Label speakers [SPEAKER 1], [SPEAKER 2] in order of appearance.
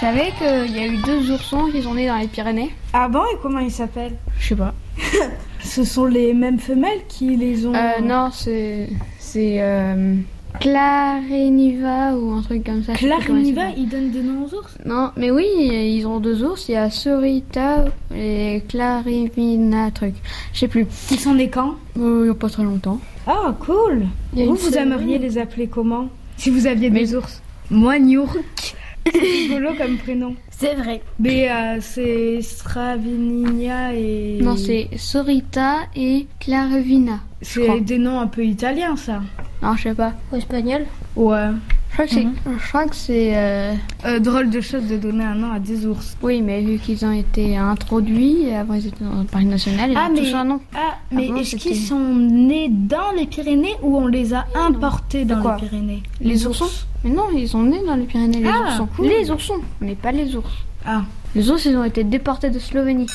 [SPEAKER 1] savais qu'il y a eu deux oursons qui sont nés dans les Pyrénées
[SPEAKER 2] Ah bon, et comment ils s'appellent
[SPEAKER 1] Je sais pas.
[SPEAKER 2] Ce sont les mêmes femelles qui les ont.
[SPEAKER 1] Euh, non, c'est. C'est. euh, Clareniva ou un truc comme ça. je sais plus comment elle
[SPEAKER 2] Clariniva,
[SPEAKER 1] s'appelle.
[SPEAKER 2] ils donnent des noms aux ours
[SPEAKER 1] Non, mais oui, ils ont deux ours. Il y a Sorita et Clarivina, truc. Je sais plus.
[SPEAKER 2] Ils sont des camps
[SPEAKER 1] Euh, Il n'y a pas très longtemps.
[SPEAKER 2] Ah, cool
[SPEAKER 1] Il y a une
[SPEAKER 2] Vous, vous
[SPEAKER 1] semaine.
[SPEAKER 2] aimeriez les appeler comment Si vous aviez
[SPEAKER 1] Mais-
[SPEAKER 2] des ours
[SPEAKER 3] Moi, Niour.
[SPEAKER 2] Rigolo comme prénom.
[SPEAKER 3] C'est vrai.
[SPEAKER 2] Mais euh, c'est Stravinia et.
[SPEAKER 1] Non, c'est Sorita et Clarivina. je crois.
[SPEAKER 2] C'est des noms un peu italiens, ça.
[SPEAKER 1] Non, je sais pas.
[SPEAKER 3] Au espagnol
[SPEAKER 2] Ouais.
[SPEAKER 1] Je crois que c'est. Je crois que c'est euh,
[SPEAKER 2] Euh, drôle de chose de donner un nom à des ours.
[SPEAKER 1] Oui, mais vu qu'ils ont été introduits, avant ils étaient dans le parc national, ils
[SPEAKER 2] Ah,
[SPEAKER 1] ont
[SPEAKER 2] mais-
[SPEAKER 1] tous un nom.
[SPEAKER 2] Ah, mais
[SPEAKER 1] bon,
[SPEAKER 2] est-ce
[SPEAKER 1] c'était-
[SPEAKER 2] qu'ils sont nés dans les Pyrénées ou on les a importés dans
[SPEAKER 1] Quoi
[SPEAKER 2] les Pyrénées
[SPEAKER 1] Les oursons Mais non, ils sont nés dans les Pyrénées, les
[SPEAKER 2] Ah,
[SPEAKER 1] oursons.
[SPEAKER 2] cool.
[SPEAKER 1] Les oursons, mais pas les ours.
[SPEAKER 2] Ah.
[SPEAKER 1] Les ours, ils ont été déportés de Slovénie.